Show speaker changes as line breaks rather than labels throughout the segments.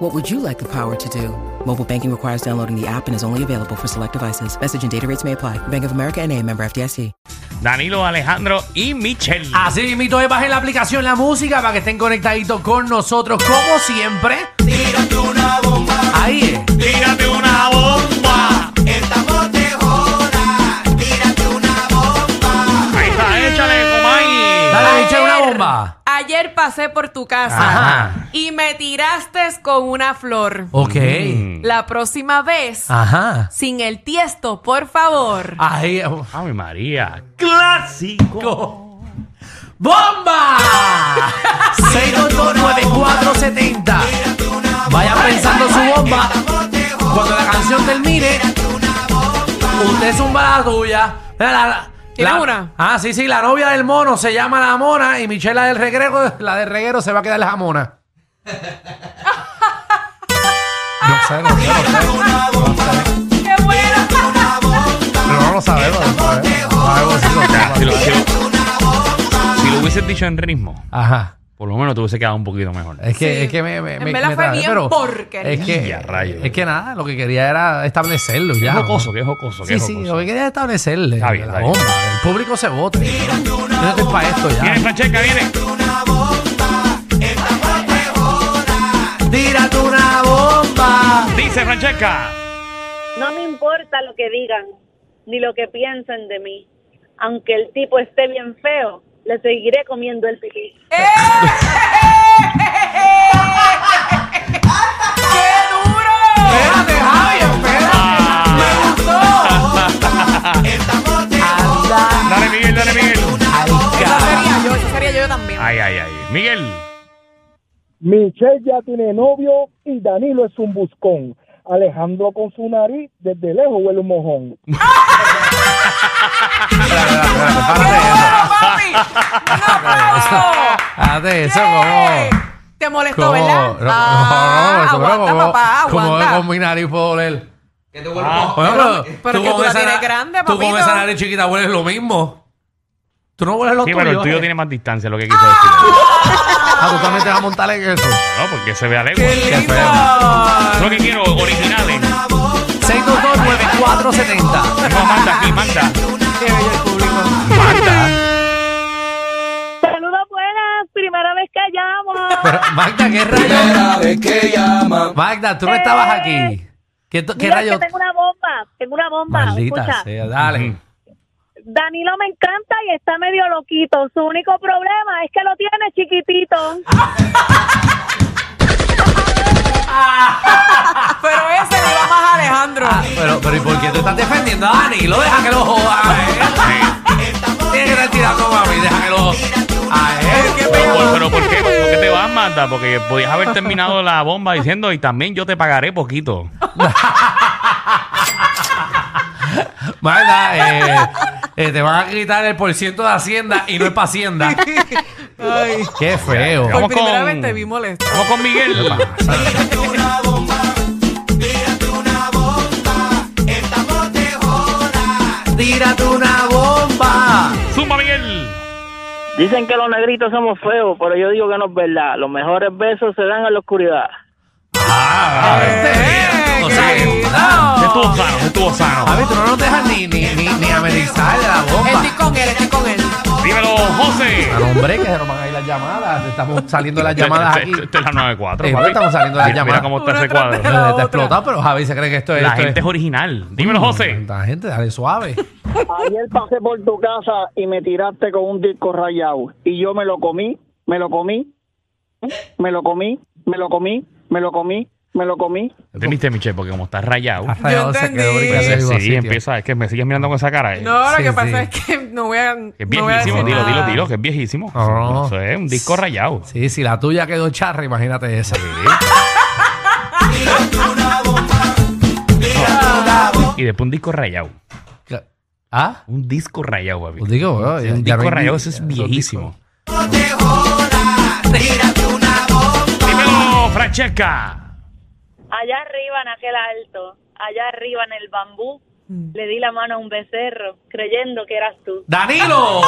What would you like the power to do? Mobile banking requires downloading the app and is only available for select devices. Message and data rates may apply. Bank of America and a member FDIC.
Danilo, Alejandro y Michelle.
Así mismito es, bajen la aplicación La Música para que estén conectaditos con nosotros como siempre.
Tírate una bomba,
Ahí es.
tírate una bomba. Estamos de joda, tírate una bomba.
Ahí está, échale, Comay.
Dale, Michelle, una bomba.
Ayer pasé por tu casa
Ajá. Oh.
y me tiraste con una flor.
Ok.
La próxima vez,
Ah. Ajá.
sin el tiesto, por favor.
Ahí es. Uf.
Ave María, clásico.
¡Bomba! 6229470. Vayan pensando su bomba. Cuando la canción termine, usted zumba la tuya. Mira, la- la-
¿Tiene
la-
una?
Ah, sí, sí, la novia del mono se llama la mona y Michelle la del reguero, la del reguero se va a quedar la mona.
No sé, no sé, no sé.
¡Qué bueno!
Pero no lo sabemos. No lo sabemos. No sabemos si lo
Ya, Si lo,
sabemos.
si lo- si lo hubieses dicho en ritmo,
Ajá.
por lo menos te hubiese quedado un poquito mejor.
Es que,
Sí.
es que me, me,
En
me-
verdad
me
fue
trabé,
bien
pero
porquería.
Es que,
Ya, rayos.
es que nada, lo que quería era establecerlo
Qué
ya.
jocoso, qué jocoso, qué
Sí, sí,
jocoso.
lo que quería era establecer
Está bien,
la
está bien.
bomba. El público se vote. Yo no estoy para esto
Viene
ya.
Francesca, viene.
Tírate una bomba.
Dice Francesca.
No me importa lo que digan ni lo que piensen de mí. Aunque el tipo esté bien feo, le seguiré comiendo el pipí.
Espérate, Javi, espérate.
Ah, dale, Miguel, dale, Miguel.
Esa sería yo, esa sería yo también.
Ay, ay, ay. Miguel.
Michelle ya tiene novio y Danilo es un buscón. Alejandro con su nariz, desde lejos huele un mojón.
¡Qué
Espérate,
bueno, papi! ¡Un aplauso!
espérate, Ah, eso
¡Yay!
como...
Te molestó,
como-
¿verdad?
No, no, no,
Ah,
eso como-
aguanta, papá,
Como
aguanta.
con mi nariz puedo oler.
Ah,
Bueno, pero,
pero que
con
tú la
esa
tienes
na-
grande,
Tú con
papito.
esa nariz chiquita hueles lo mismo. Tú no hueles lo
sí,
tuyo.
pero el tuyo
eh.
tiene más distancia, lo que quiso decir.
Ah, tú también te vas a montar en eso.
No, porque se ve a
Ah. Qué
lejos.
lindo.
Lo que quiero, originales.
6229470.
No, manda aquí, manda.
Saludos buenas, primera vez que llamo.
Pero, Magda, ¿qué rayo?
Primera vez que llama.
Magda, tú no estabas aquí. ¿Qué, to- qué
Mira,
rayo?
que tengo una bomba, tengo una bomba.
Maldita
Escucha,
sea, dale.
Ujú.
Danilo me encanta y está medio loquito. Su único problema es que lo tiene chiquitito.
Pero ese le va más a Alejandro.
Ah, pero, pero, ¿y por qué tú estás defendiendo a Dani? Lo deja que lo joda a él. Tiene que estar tirando a mí, deja que lo joda a él.
Pero, por- pero ¿por qué? ¿Por qué te vas, Marta? Porque podías haber terminado la bomba diciendo y también yo te pagaré poquito.
Magda, eh, eh, te van a gritar el por ciento de Hacienda y no es para Hacienda.
Ay,
Qué feo.
Vamos
por primera
con-
vez te vi molesto.
Vamos con Miguel.
Tírate una bomba.
Zumba, Miguel.
Dicen que los negritos somos feos, pero yo digo que no es verdad. Los mejores besos se dan en la oscuridad.
Ah,
Eh,
o
qué
sea,
lindo.
Se estuvo sano, se estuvo
A
sano.
ver, tú no nos dejas ni, ni, ni, ni amenizar de la bomba.
Estoy con él, estoy con él.
Dímelo, José.
Al hombre, que se nos van a ir las llamadas. Estamos saliendo las llamadas aquí.
Esto Este, es la 94.
Eh,
papi.
estamos saliendo las
Mira-
llamadas.
Mira cómo está ese
Una tras
cuadro.
de la
Está
otra.
explotado, pero Javi se cree que esto es.
La
esto
gente es original.
Mm.
Dímelo, José.
Tanta gente, dale suave.
Ayer pasé por tu casa y me tiraste con un disco rayado y yo me lo comí, me lo comí, me lo comí, me lo comí, me lo comí, me lo comí.
¿Entendiste, Michelle? Porque como está rayado.
Rayado, se quedó
entendí.
ahorita, se
Sí,
iba Ah, a sitio.
empieza. Es que me sigues mirando con esa cara. eh.
No, lo
Sí,
que pasa
sí.
es que no voy a.
Que es
no voy a
viejísimo.
decir
Dilo, dilo,
nada.
dilo, que es viejísimo.
No.
Eso es un disco rayado.
Sí, si la tuya quedó charra, imagínate esa.
Y después un disco rayado.
¿Ah?
Un disco rayado, papi.
Os digo, bro, ya-
un
ya
disco
no hay-
rayado, eso es
ya, esos
viejísimo.
Tírate una bomba.
Dímelo, Francesca.
Allá arriba en aquel alto, allá arriba en el bambú, le di la mano a un becerro, creyendo que eras tú.
¡Danilo!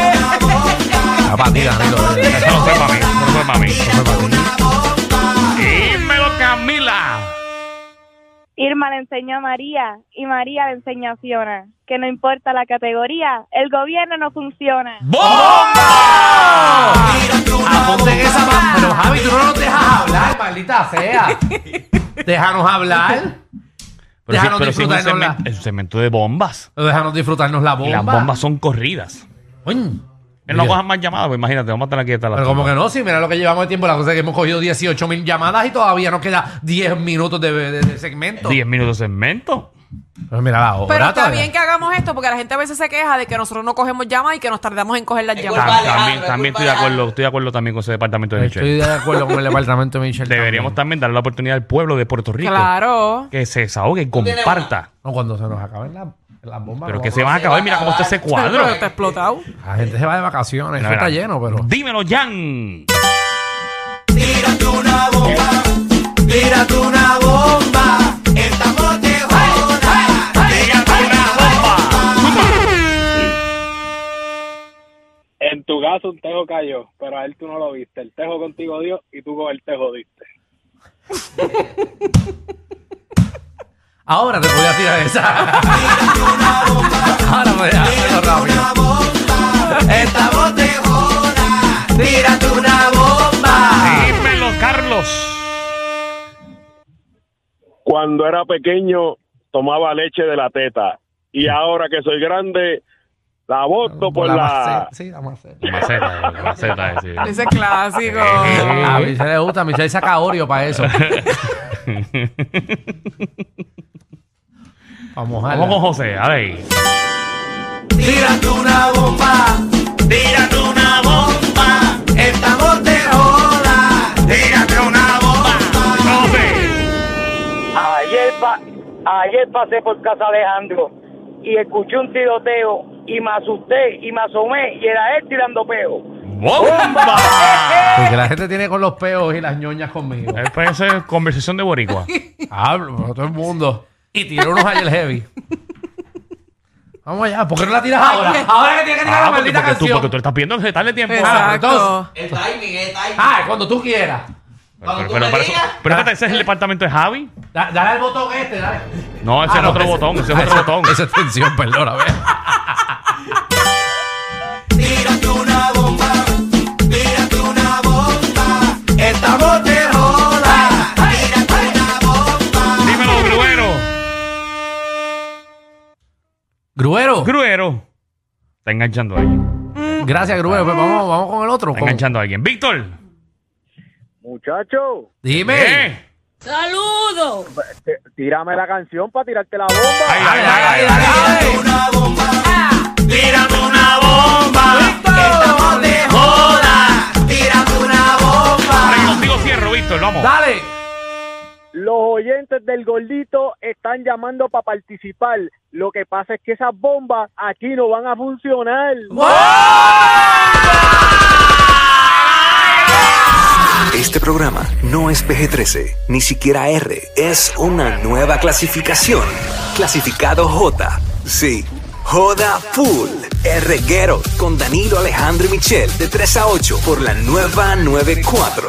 Ah, para ti, Danilo. eh.
Eso no fue para mí, eso no fue para mí.
Eso fue para ti.
Dímelo, Camila.
Irma le enseñó a María y María le enseña a Fiona que no importa la categoría, el gobierno no funciona.
¡Bomba! Apunten ah, esa ma- Pero Javi, tú no nos dejas hablar, maldita sea. Déjanos hablar.
Pero, sí,
Déjanos
pero sí es un
disfrutarnos la-
segmento, es un segmento de bombas.
Déjanos disfrutarnos la bomba.
Y las bombas son corridas.
Coño.
Él no
Mira.
cojan más llamadas, pues imagínate, vamos a estar aquí hasta las
Pero como
tres.
que no, sí, mira lo que llevamos de tiempo, la cosa es que hemos cogido 18 mil llamadas y todavía nos queda 10 minutos de, de- de segmento.
10 minutos de segmento.
Pero mira la hora.
Pero está
todavía.
bien que hagamos esto porque la gente a veces se queja de que nosotros no cogemos llamas y que nos tardamos en coger las
Es
llamadas.
culpa
Tam-
Alejandro,
también
es
también
culpa
estoy de acuerdo,
Alejandro.
estoy de acuerdo también con ese departamento de
Estoy
Michelle.
de acuerdo con el departamento de Michelle.
Deberíamos
también.
también darle la oportunidad al pueblo de Puerto Rico
Claro.
que se desahogue y
tienes
comparta.
No, cuando se nos acaben la- las bombas.
Pero
no
que
vamos
se van a
se va
acabar,
a
mira cómo está ese cuadro.
Pero está explotado.
a- La gente se va de vacaciones, eso
Mira,
está
mira.
lleno, pero.
Dímelo, Jan.
Tírate una bomba. Tírate una bomba. Estamos de joda. Tírate una
En tu caso, un tejo cayó, pero a él tú no lo viste. El tejo contigo dio y tú con el tejo diste.
Ahora te voy a tirar esa. Ahora voy a hacerlo rápido.
Estamos de joda. Tírate una bomba.
Dímelo, Carlos.
cuando era pequeño tomaba leche de la teta y ahora que soy grande la voto por
la
la
maceta, Sí, la maceta.
La maceta, eh, la maceta, eh, sí.
Ese es clásico.
Eh.
A Michelle le gusta, Michelle saca Oreo para eso. Vamos a
Vamos con José, a ver.
Tírate una bomba. Tírate una bomba. Estamos de joda. Tírate una bomba.
José.
Ayer, pa- ayer pasé por casa Alejandro y escuché un tiroteo y me asusté y me asomé y era él tirando peo.
¡Bomba!
Porque la gente tiene con los peos y las ñoñas conmigo.
Eh, pues, Eso es conversación de boricua.
Hablo, pero todo el mundo. Y tiró unos ayer heavy. Vamos allá, ¿por qué no la tiras ahora? Ahora que tienes que
Ah,
tirar la
porque,
maldita
porque tú,
canción.
porque tú estás viendo que tarde tiempo.
Exacto.
Exacto.
El timing, el timing.
Ah, es cuando tú quieras.
Pero, Ah, pero, pero,
Cuando tú
pero
me
eso-
digas. ah.
pero espérate, ese es el departamento de Javi.
Da- dale al botón este, dale.
No, ese
Ah,
es
no,
otro
ese-
botón, ese es otro botón.
Esa es tensión, perdón, a ver.
Tírate una bomba, tírate una bomba, estamos de joda. Tírate una bomba,
Dímelo, gruero.
Gruero.
Gruero. Está enganchando a alguien.
Gracias, Gruero. Pues vamos, vamos con el otro.
Está
con-
enganchando a alguien. Víctor.
Muchacho,
Dime.
¿Eh?
tírame la canción para tirarte la bomba.
Ahí, ahí, ahí, ahí.
tírate una bomba, tírate una bomba, estamos de joda. Tírate una bomba,
Ahora contigo cierro, Víctor. Vamos.
Dale.
Los oyentes del gordito están llamando para participar. Lo que pasa es que esas bombas aquí no van a funcionar.
Este programa no es PG-13, ni siquiera R. Es una nueva clasificación. Clasificado J. Sí. Joda Full. El reguero con Danilo Alejandro y Michel de 3 a 8 por la nueva 94.